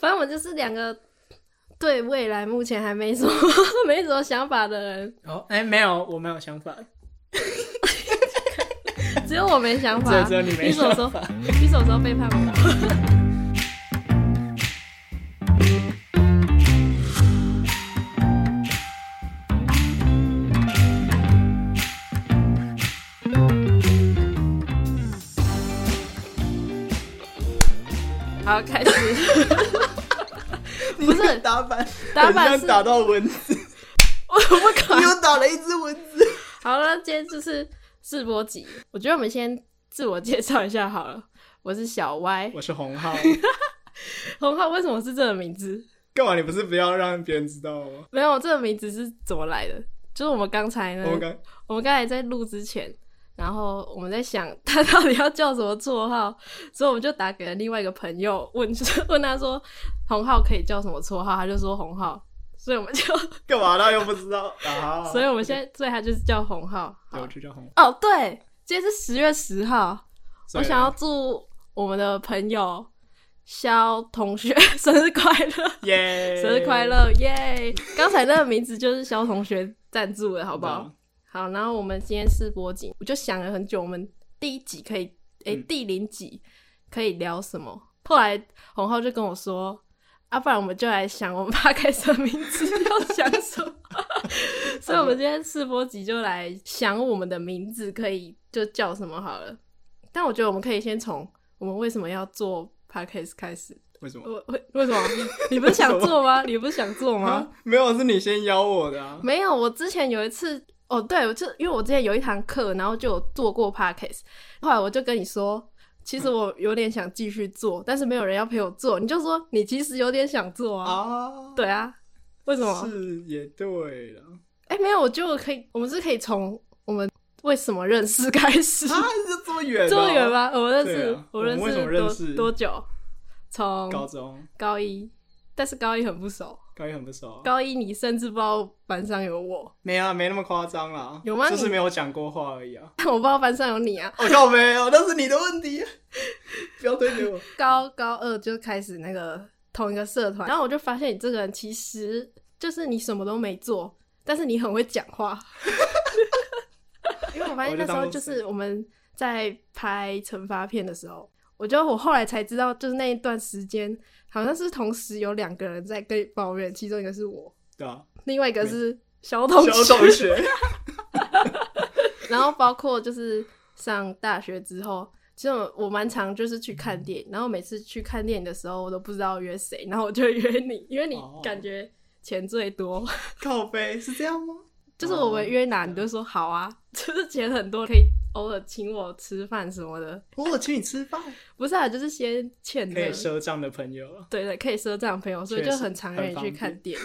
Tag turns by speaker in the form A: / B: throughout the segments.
A: 本就是两个对未来目前还没什么 没什么想法的人，
B: 哦，哎、没有，我没有想法，
A: 只有我没想
B: 只有
A: 法
B: 只。有你没
A: 你什么
B: 想
A: 时候
B: 法。
A: 你什么时候背叛我？ 好，开始。
C: 你
A: 不是
C: 被打板，
A: 打
C: 很
A: 板
C: 像
A: 是，
C: 打到蚊 子，
A: 我不可
C: 你又打了一只蚊子。
A: 好了，今天就是试播集。我觉得我们先自我介绍一下好了。我是小歪，
B: 我是洪浩，
A: 洪浩为什么是这个名字？
B: 干嘛？你不是不要让别人知道哦吗？
A: 没有，这个名字是怎么来的？就是我们刚才呢，
B: 我们刚
A: 我们刚才在录之前，然后我们在想他到底要叫什么绰号，所以我们就打给了另外一个朋友，问 问他说洪浩可以叫什么绰号，他就说洪浩，所以我们就，
B: 干嘛？他又不知道啊
A: 所以我们现在，所以他就是叫洪浩。
B: 对我
A: 好
B: 就叫洪。
A: 哦，对，今天是十月十号，我
B: 所以
A: 想要祝我们的朋友肖同学 生日快乐，
B: 耶，
A: 生日
B: 啊
A: 快，乐，耶！刚才那个名字就是肖同学赞助的，好
B: 好
A: 不好？？好，然后我们今天试播集，我就想了很久，我们第一集可以，诶、
B: 嗯
A: 第零集可以聊什么？后来洪浩就跟我说，啊，不然我们就来想我们 大概什么名字要想什么。 所以，我们今天试播集就来想我们的名字可以就叫什么好了。但我觉得我们可以先从我们为什么要做 podcast 开始。
B: 为什么？
A: 我为为什么？你不是想做吗？你不是想做吗
B: 啊？，没有，是你先邀我的啊。
A: 没有，我之前有一次，哦，对，我就因为我之前有一堂课，然后就有做过 podcast，后来我就跟你说，其
B: 嗯
A: 实我有点想继续做，但是没有人要陪我做，你就说你其实有点想做啊，
B: 啊，
A: 对啊，为什么？
B: 是也对 了。
A: 哎，没有，我觉得我可以，我们是可以从我们为什么认识开始，
B: 啊，是这么远、哦，
A: 这么远？吗？我们认识，
B: 对啊
A: 我认
B: 我们为什么
A: 识
B: 认
A: 多
B: 识
A: 多久？从
B: 高中
A: 高一，但是高一很不熟，
B: 高一很不熟啊，
A: 高一你甚至不知道班上有我，
B: 没啊，没那么夸张啦，
A: 有吗
B: 就是
A: 你
B: 没有讲过话而已啊。
A: 但我不知道班上有你啊。
B: 我、靠，没有，那是你的问题， 不要推给我。
A: 高高二就开始那个同一个社团，然后我就发现你这个人其实就是你什么都没做，但是你很会讲话。 因为我发现那时候就是我们在拍惩罚片的时候，我觉得我后来才知道，就是那一段时间好像是同时有两个人在跟你抱怨，其中一个是我，
B: 对啊，
A: 另外一个是小同学。
B: 小同学，
A: 然后包括就是上大学之后，其实我我蛮常就是去看电影，然后每次去看电影的时候，我都不知道约谁，然后我就约你，因为你
B: 哦
A: 感觉钱最多，
B: 靠背是这样吗？
A: 就是我
B: 哦
A: 们约哪你就说好啊， 就是钱很多，可以偶尔请我吃饭什么的，
B: 我有哦请你吃饭，
A: 不是啊，就是先欠
B: 可
A: 着
B: 以。赊账的朋友啊，
A: 对的，可以赊账朋友，所以
B: 确实
A: 就很常约你去看电影。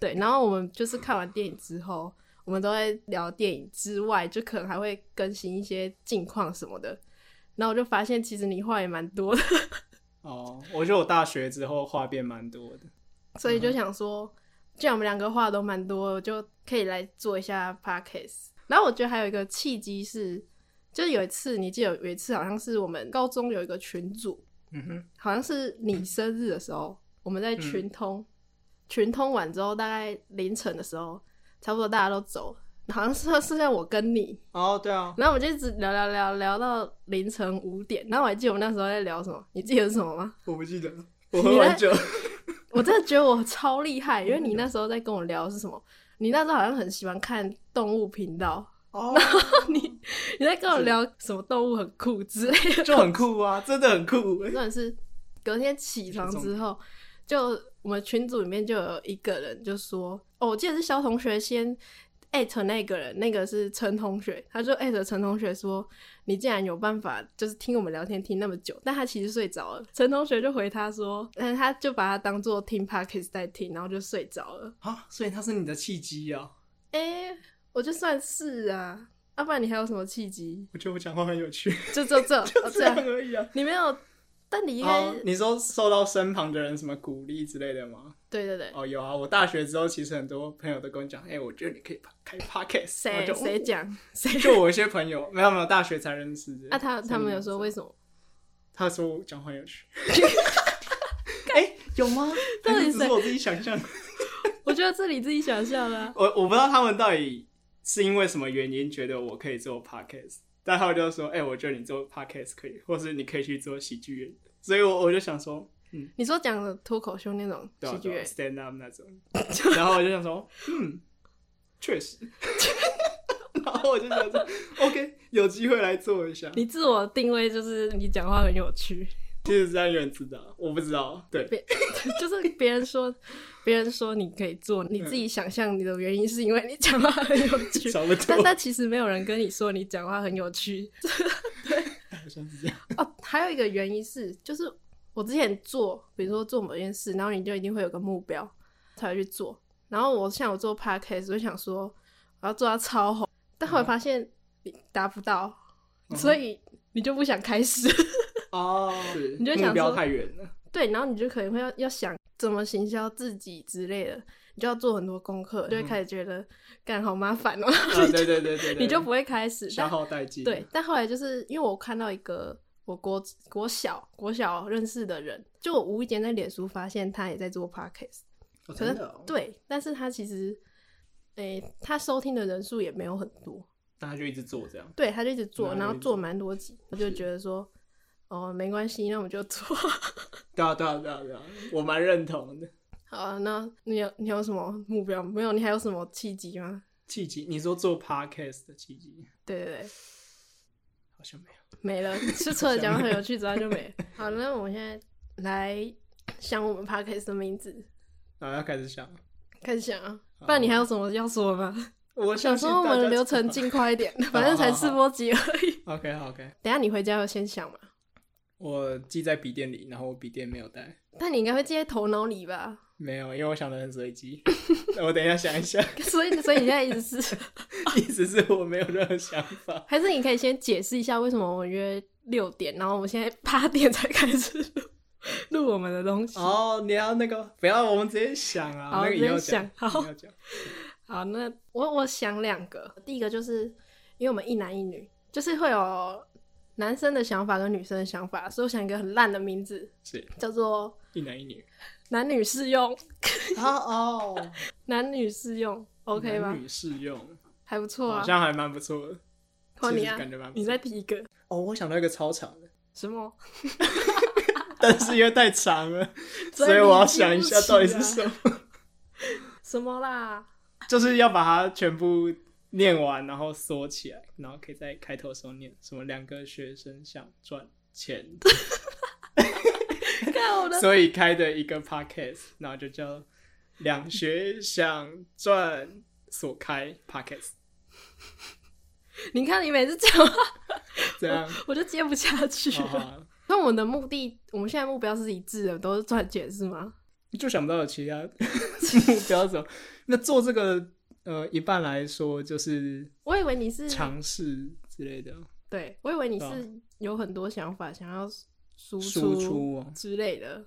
A: 对，然后我们就是看完电影之后，我们都会聊电影之外，就可能还会更新一些近况什么的。然后我就发现，其实你话也蛮多的，
B: 哦，我觉得我大学之后话变蛮多的，
A: 所
B: 嗯
A: 以就想说，既然我们两个话都蛮多，我就可以来做一下 podcast。然后我觉得还有一个契机是，就是有一次，你记得有有一次好像是我们高中有一个群组，
B: 嗯哼，
A: 好像是你生日的时候，我们在群通，群通完之后，大概凌晨的时候，差不多大家都走了，好像是剩下我跟你，
B: 哦，对啊，
A: 然后我们就一直聊聊聊聊到凌晨五点，然后我还记得我们那时候在聊什么，你记得是什么吗？
B: 我不记得了，我喝完酒，
A: 我真的觉得我超厉害，因为你那时候在跟我聊是什么，你那时候好像很喜欢看动物频道，
B: 哦，
A: 你在跟我聊什么动物很酷之类的，
B: 就很酷啊，真的很酷，
A: 重点是隔天起床之后，就我们群组里面就有一个人就说：“哦，我记得是肖同学先艾特那个人，那个是陈同学，他就艾特陈同学说：‘你竟然有办法，就是听我们聊天听那么久。’但他其实睡着了。陈同学就回他说：‘嗯，他就把他当做听 podcast 在听，然后就睡着了。
B: 啊，所以它是你的契机啊，’
A: 哎，我就算是啊，要、不然你还有什么契机？
B: 我觉得我讲话很有趣，
A: 就 就这，哦、
B: 这
A: 这
B: 样
A: 样
B: 而已啊。
A: 你没有。”但你应该、
B: 哦，你说受到身旁的人什么鼓励之类的吗？
A: 对对对，
B: 哦，有啊，我大学之后其实很多朋友都跟我讲，哎、我觉得你可以开 podcast，
A: 谁
B: 我就
A: 谁讲谁
B: 就我一些朋友，没有没有，大学才认识的。
A: 啊，他他们有
B: 说
A: 说为什么？
B: 他说我讲话有趣。哎、有吗？
A: 到底
B: 还是只
A: 谁
B: 是我自己想象？
A: 我觉得这里自己想啊象啦、
B: 我我不知道他们到底是因为什么原因觉得我可以做 podcast，但他们就说：“哎、我觉得你做 podcast 可以，或是你可以去做喜剧演员。”所以我我就想说，嗯，
A: 你说讲的脱口秀那种
B: 对、
A: 喜
B: 啊、
A: 剧
B: 对、啊、
A: 人，
B: ，stand up 那种。 然后我就想说，嗯，确实。 然后我就想说，OK，有机会来做一下。
A: 你自我定位就是你讲话很有趣，
B: 其实让人知道，我不知道，对，
A: 别就是别人说 别人说你可以做，你自己想象你的原因是因为你讲话很有趣，
B: 差不
A: 但
B: 多，
A: 但其实没有人跟你说你讲话很有趣
B: 好像是这样。
A: 哦。还有一个原因是，就是我之前做，比如说做某件事，然后你就一定会有个目标才会去做。然后我像我做 podcast，我就想说我要做到超红，但后来发现你达不到，
B: 嗯
A: 所以你就不想开始。
B: 哦，
A: 你就想说
B: 目标 太远了，
A: 对，然后你就可能会要要想怎么行销自己之类的，你就要做很多功课，就会开始觉得干好麻烦哦，
B: 啊，对对对对嗯对，
A: 你就不会开始。
B: 消
A: 但
B: 耗殆尽，
A: 对，，但后来就是因为我看到一个我国国小国小认识的人，就我无意间在脸书发现他也在做 podcast，
B: 哦、
A: 可
B: 真
A: 是、
B: 的、哦，
A: 对，但是他其实，诶、他收听的人数也没有很多，
B: 大家就一直做这样，
A: 对，他就一直做，
B: 那
A: 然后
B: 一直
A: 做
B: 做
A: 蛮多集，我就是觉得说，哦，没关系，那我们就做。
B: 对啊对啊对啊对啊，我蛮认同的。
A: 好啊，那你有你有什么目标？没有，你还有什么契机吗？
B: 契机，你说做 podcast 的契机
A: 对对对，
B: 好像没有，
A: 没了，是除了讲很有趣之外就没 了。好，那我们现在来想我们 podcast 的名字。
B: 然啊后要开始想了，
A: 开始想啊，不然你还有什么要说的吗？
B: 我
A: 想
B: 相信
A: 说我
B: 大家
A: 们
B: 知
A: 流
B: 道
A: 程尽快 一点，反正才四波集而已。
B: OK OK，
A: 等一下你回家有先想嘛？
B: 我记在笔电里，然后我笔电没有带，
A: 但你应该会记在头脑里吧？
B: 没有，因为我想的很随机。 我等一下想 一下，
A: 所以，所以你现在一直是，
B: 意思是我没有任何想法。
A: 还是你可以先解释一下为什么我们约六点，然后我们现在八点才开始录录我们的东西。
B: 哦，你要那个，不要，我们直接想
A: 好
B: 啊，那个以后
A: 直接
B: 讲
A: 想，好
B: 以后讲。
A: 好，那我我想两个，第一个就是因为我们一男一女，就是会有男生的想法跟女生的想法，所以我想一个很烂的名字，
B: 是
A: 叫做
B: 一男一女。
A: 男女适用。
B: 哦哦
A: 男女适用，OK 吧
B: 男？女适用，
A: 还不错
B: 好
A: 啊。
B: 像还蛮不错的。
A: 换你
B: 其
A: 啊
B: 实感觉蛮，不错
A: 你再提一个
B: 哦，我想到一个超长的，
A: 什么？
B: 但是因为太 长了，
A: 所以
B: 所以我要想一下到底
A: 你记不
B: 是
A: 起啊
B: 什
A: 来
B: 么，
A: 什么啦？
B: 就是要把它全部念完，然后缩起来，然后可以在开头的时候念什么两个学生想赚 钱，
A: 看我的，
B: 所以开的一个 podcast，然后就叫两学想赚所开 podcast，
A: 你看你每次讲话，
B: 这样。
A: 我就接不下 去
B: 哦好
A: 了。
B: 好
A: 那我们的目的，我们现在目标是一致的，都是赚钱是吗？
B: 就想不到有其他 目标什么。那做这个呃一半来说就是
A: 我以为你是，
B: 尝试之类的
A: 对我以为你
B: 对啊
A: 是有很多想法想要输
B: 输
A: 出
B: 出、哦，
A: 之类的。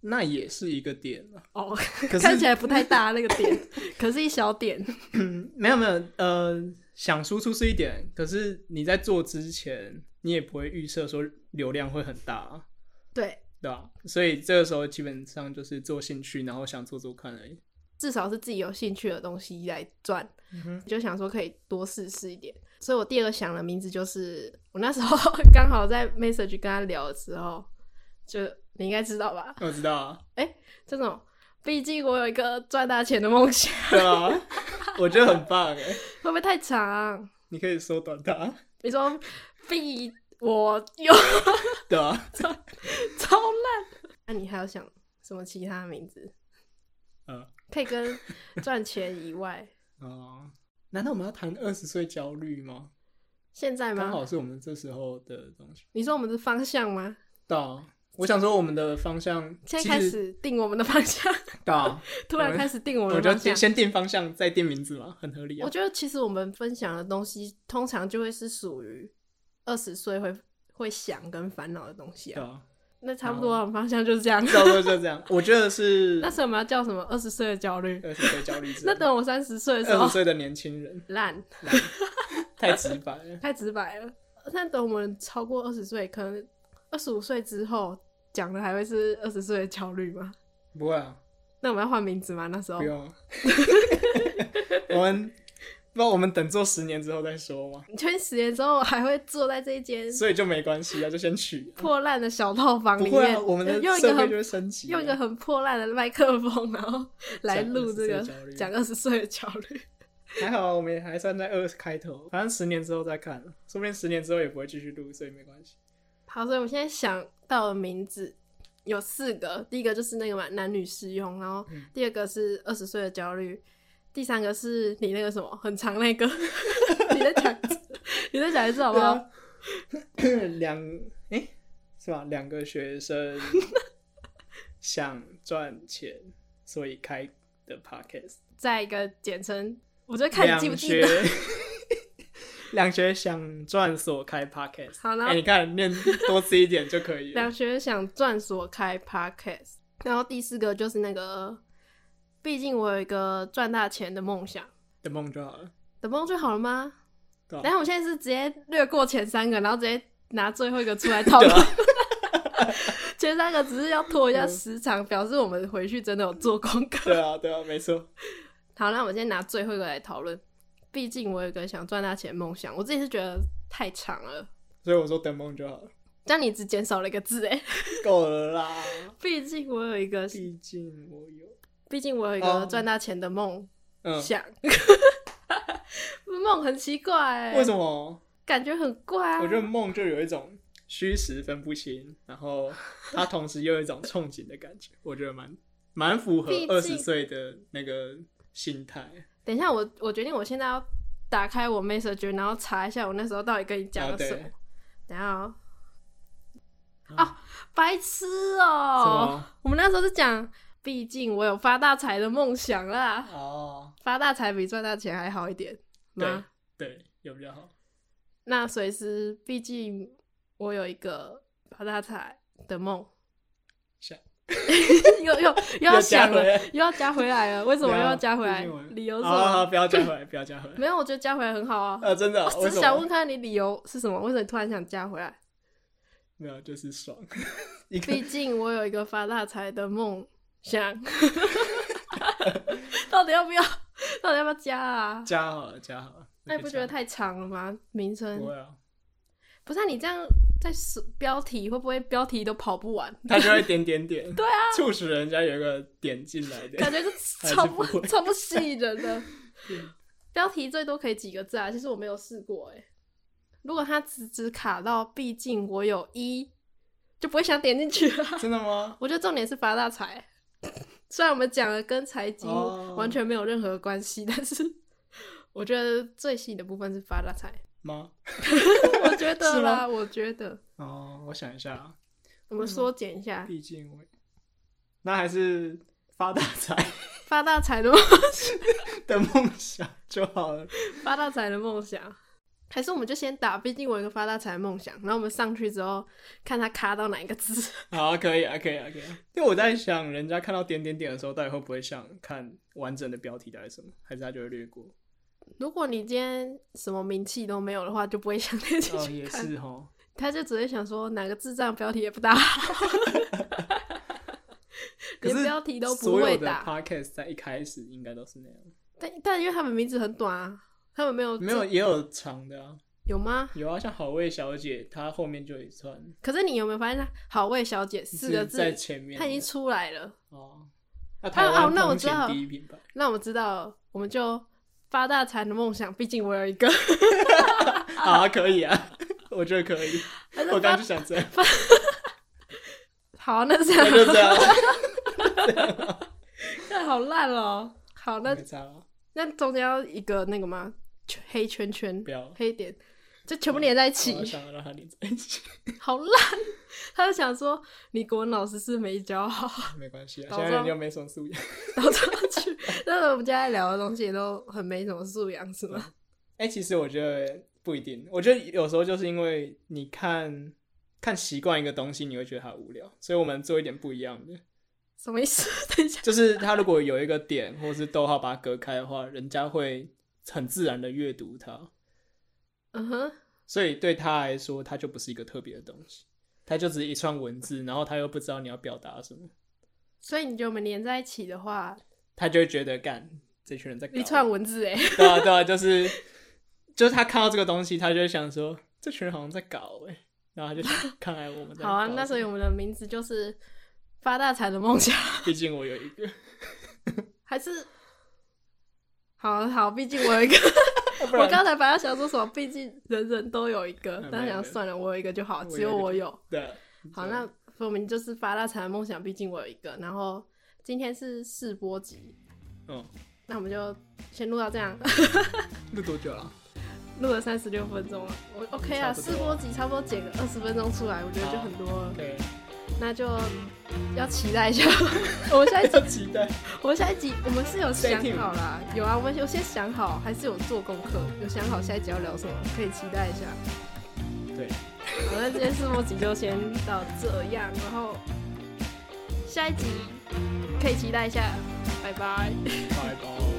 B: 那也是一个点 啊。
A: 哦，
B: 可
A: 看起
B: 是
A: 来不太大那个点， 可是一小点。
B: 嗯没有没有呃，想输出是一点，可是你在做之前你也不会预设说流量会很大、啊。
A: 对，
B: 对吧？所以这个时候基本上就是做兴趣，然后想做做看 而已。
A: 至少是自己有兴趣的东西来赚，
B: 嗯哼
A: 就想说可以多试试一点。所以我第二个想的名字就是，我那时候 刚好在 message 跟他聊的时候，就你应该知道吧，
B: 我知道啊，
A: 这种，毕竟我有一个赚大钱的梦想，
B: 对啊，我觉得很棒哎，
A: 会不会太长？
B: 欸你可以缩短它，啊
A: 你说，毕我有
B: 对啊，
A: 超烂， 那你还有想什么其他名字？
B: 嗯。
A: 可以跟赚钱以外，
B: 哦，难道我们要谈二十岁焦虑吗？
A: 现在
B: 刚
A: 吗？
B: 好是我们这时候的东西。
A: 你说我们的方向吗？
B: 到，我想说我们的方向，
A: 现
B: 其
A: 在开
B: 实
A: 始定我们的方向，
B: 到，
A: 突然开始定我
B: 我
A: 们
B: 们
A: 的
B: 就
A: 方向
B: 先。先定方向，再定名字嘛，很合理
A: 我
B: 啊。
A: 觉得其实我们分享的东西，通常就会是属于二十岁会会想跟烦恼的东西
B: 对
A: 啊。
B: 啊，
A: 那差不多啊，我们方向就是这 样。
B: 差不多就这样。我觉得是
A: 那时候我们要叫什么？二十岁的焦 虑。
B: 二十岁焦虑症
A: 那，等我三十岁的时
B: 二
A: 候
B: 十，岁的年轻人
A: 烂，
B: 太直白了。
A: 太直白了。那等我们超过二十岁，可能二十五岁之后讲的还会是二十岁的焦虑吗？
B: 不会啊，
A: 那我们要换名字吗？那时候
B: 不用啊。 我们那我们等做十年之后再说嘛，
A: 你圈十年之后还会坐在这一间
B: 所以就没关系啊，就先取。
A: 破烂的小套房
B: 不
A: 里
B: 会
A: 面，
B: 啊，我们的
A: 用一
B: 设
A: 个
B: 备就会
A: 很
B: 升级啊。
A: 用一个很破烂的麦克风，然后来录这个
B: 讲20岁的焦虑
A: 讲二十岁的焦虑。
B: 还好，我们也还算在二开头，反正十年之后再看，说不定十年之后也不会继续录，所以没关系。
A: 好，所以我们现在想到的名字有四个，第一个就是那个嘛，男女适用，然后第二个是二十岁的焦虑，第三个是你那个什么很长那个， 你再讲一次，你再讲一次好不好？
B: 对啊 两哎、是吧？两个学生想赚钱，所以开的 podcast。
A: 再一个简称，我就看你
B: 两
A: 记不记
B: 学
A: 得。
B: 两学想赚所开 podcast。
A: 好，然
B: 哎、
A: 后
B: 你看念多吃一点就可以了
A: 两。学想赚所开 podcast，然后第四个就是那个，毕竟我有一个赚大钱的梦想。
B: 的梦就好了。
A: 等梦就好了吗？
B: 对啊
A: 然后我现在是直接略过前三个，然后直接拿最后一个出来讨论。
B: 啊
A: 前三个只是要拖一
B: 嗯
A: 下时长，表示我们回去真的有做功课。
B: 对啊，对啊，没错。
A: 好，那我们先拿最后一个来讨论。毕竟我有一个想赚大钱的梦想，我自己是觉得太长了。
B: 所以我说等梦就好了，
A: 但你只减少了一个字哎，
B: 够了啦。
A: 毕竟我有一个，
B: 毕竟我有，
A: 毕竟我有一
B: 哦
A: 个赚大钱的梦
B: 嗯，
A: 想。 梦很奇怪哎，
B: 为什？么？
A: 感觉很怪啊。
B: 我觉得梦就有一种虚实分不清，然后它同时又有一种憧憬的感觉，我觉得蛮蛮符合
A: 毕竟
B: 二十岁的那个心态。
A: 等一下，我我决定我现在要打开我 Messenger，然后查一下我那时候到底跟你讲
B: 啊
A: 了
B: 对
A: 什么。等一下哦，
B: 啊
A: 白痴
B: 什
A: 哦、
B: 么
A: 我们那时候是讲，毕竟我有发大财的梦想啦，
B: 哦，
A: 发大财比赚大钱还好一点
B: 对
A: 吗？
B: 对，有比较好。
A: 那随时，毕竟我有一个发大财的梦，
B: 想
A: 又又又要想了
B: 又加回来，
A: 又要加回来了，为什么又
B: 不
A: 要加回来
B: 毕竟我？
A: 理由是什
B: 好好好
A: 么？
B: 不要加回来，不要加 回来。
A: 没有，我觉得加回来很好啊。
B: 呃，真的，
A: 我只
B: 为
A: 是
B: 什
A: 想
B: 么
A: 问看你理由是什么？为什么你突然想加回 来？
B: 没有，就是爽。一个
A: 毕竟我有一个发大财的梦 想， 到底要不要？到底要不要加啊？
B: 加好了，加好了。
A: 那你不觉得
B: 太
A: 太长了吗？名
B: 不
A: 称
B: 会啊？
A: 不是、啊、你这样在数标题会不会标题都跑不完？
B: 他就会点 点点，对啊，促使人家有一个点进来的。
A: 感觉就
B: 还是
A: 超不
B: 不会
A: 超不吸引人 的。标题最多可以几个字啊？其实我没有试过哎、如果它只只卡到，毕竟我有一，就不会想点进去了、
B: 真的吗？
A: 我觉得重点是发大财， 虽然我们讲的跟财经
B: 哦
A: 完全没有任何关系，但是 我觉得最吸引的部分是发大财。
B: 吗？
A: 我觉得
B: 是吗
A: 啦，我觉得
B: 哦，我想一下啊，
A: 我们缩减一下、
B: 毕竟我那还是发大财
A: 发大财的
B: 的梦想就好了。
A: 发大财的梦想，还是我们就先打，毕竟我有一个发大财的梦想。然后我们上去之后看他卡到哪一个字，
B: 好啊，可以啊，可以啊，可以啊。因为我在想，人家看到点点点的时候，到底会不会想看完整的标题到底是什么，还是他就会 略过？
A: 如果你今天什么名气都没有的话，就不会想点进
B: 哦，
A: 去
B: 也
A: 看，
B: 是哦。
A: 他就只会想说哪个智障标题也不打，
B: 可
A: 连
B: 是
A: 标题都不
B: 所
A: 会
B: 有的
A: 打。
B: podcast 在一开始应该都是那样，
A: 但但因为他们名字很短啊，他们没有
B: 没有也有长的啊，
A: 有吗？
B: 有啊，像好味小姐，她后面就有一串
A: 可是你有没有发现，好味小姐四个
B: 是在
A: 字，
B: 前面的，
A: 它已经出来了。
B: 哦，那台湾
A: 哦那我
B: 通
A: 知道
B: 勤第一 品牌，
A: 那我知道了，我们就发大财的梦想，毕竟我有一个。
B: 好啊，可以啊， 我觉得可以，
A: 还是
B: 我刚刚
A: 发
B: 就想 这样，
A: 好，那这
B: 那就这
A: 样，
B: 样啊，
A: 那 好烂哦。好，那
B: 没差了，
A: 那中间要一个那个吗？圈黑圈圈
B: 不，要。啊
A: 黑点，就全部连在一起
B: 我，想要让它连在一起，
A: 好烂。 他就想说，你国文老师是没教好，
B: 没关系啊，
A: 早
B: 现在
A: 上
B: 人又没什么素养。
A: 然后就去。那我们今天聊的东西也都很没什么素养，是吗？
B: 哎、其实我觉得不一定，我觉得有时候就是因为你看看习惯一个东西，你会觉得它无聊，所以我们做一点不一样的。
A: 什么意思？ 等一下，
B: 就是它如果有一个点或是逗号把它隔开的话，人家会很自然的阅读它，
A: 嗯哼。
B: 所以对他来说，它就不是一个特别的东西，它就只是一串文字，然后他又不知道你要表达什么。
A: 所以你觉得我们连在一起的话，
B: 他就会觉得干这群人在搞
A: 一串文字哎、
B: 对啊对啊，就是就是他看到这个东西，他就会想说这群人好像在搞哎、然后他就想看来我们在
A: 好啊，
B: 搞
A: 那所以我们的名字就是发大财的梦想，
B: 毕竟我有一个，
A: 还是好啊好，毕竟我有一个，
B: 不
A: 我
B: 然
A: 刚才本来想说什么，毕竟人人都有一个
B: 嗯，
A: 但是
B: 没有
A: 想
B: 没有
A: 算了，我有一个就好，
B: 我
A: 只
B: 有
A: 有
B: 一个
A: 我有。
B: 对啊，
A: 好，
B: 对
A: 那所以我们就是发大财的梦想，毕竟我有一个。然后今天是试播集，
B: 嗯，
A: 那我们就先录到这样，
B: 录多久了？
A: 录了三十六分钟了，我 OK 啊，
B: 嗯差不
A: 试
B: 多
A: 播集差不多剪个二十分钟出来，我觉得就很多了。
B: 对，
A: 那就要期待一下，
B: 嗯
A: 我们下一集
B: 要期待。
A: 我们下一集我们是有想
B: Stay tuned
A: 好啦，有啊，我们有先想好，还是有做功课，有想好下一集要聊什么，可以期待一下。
B: 对，
A: 好，那今天试播集就先到这样，然后下一集可以期待一下，拜拜。
B: 拜拜。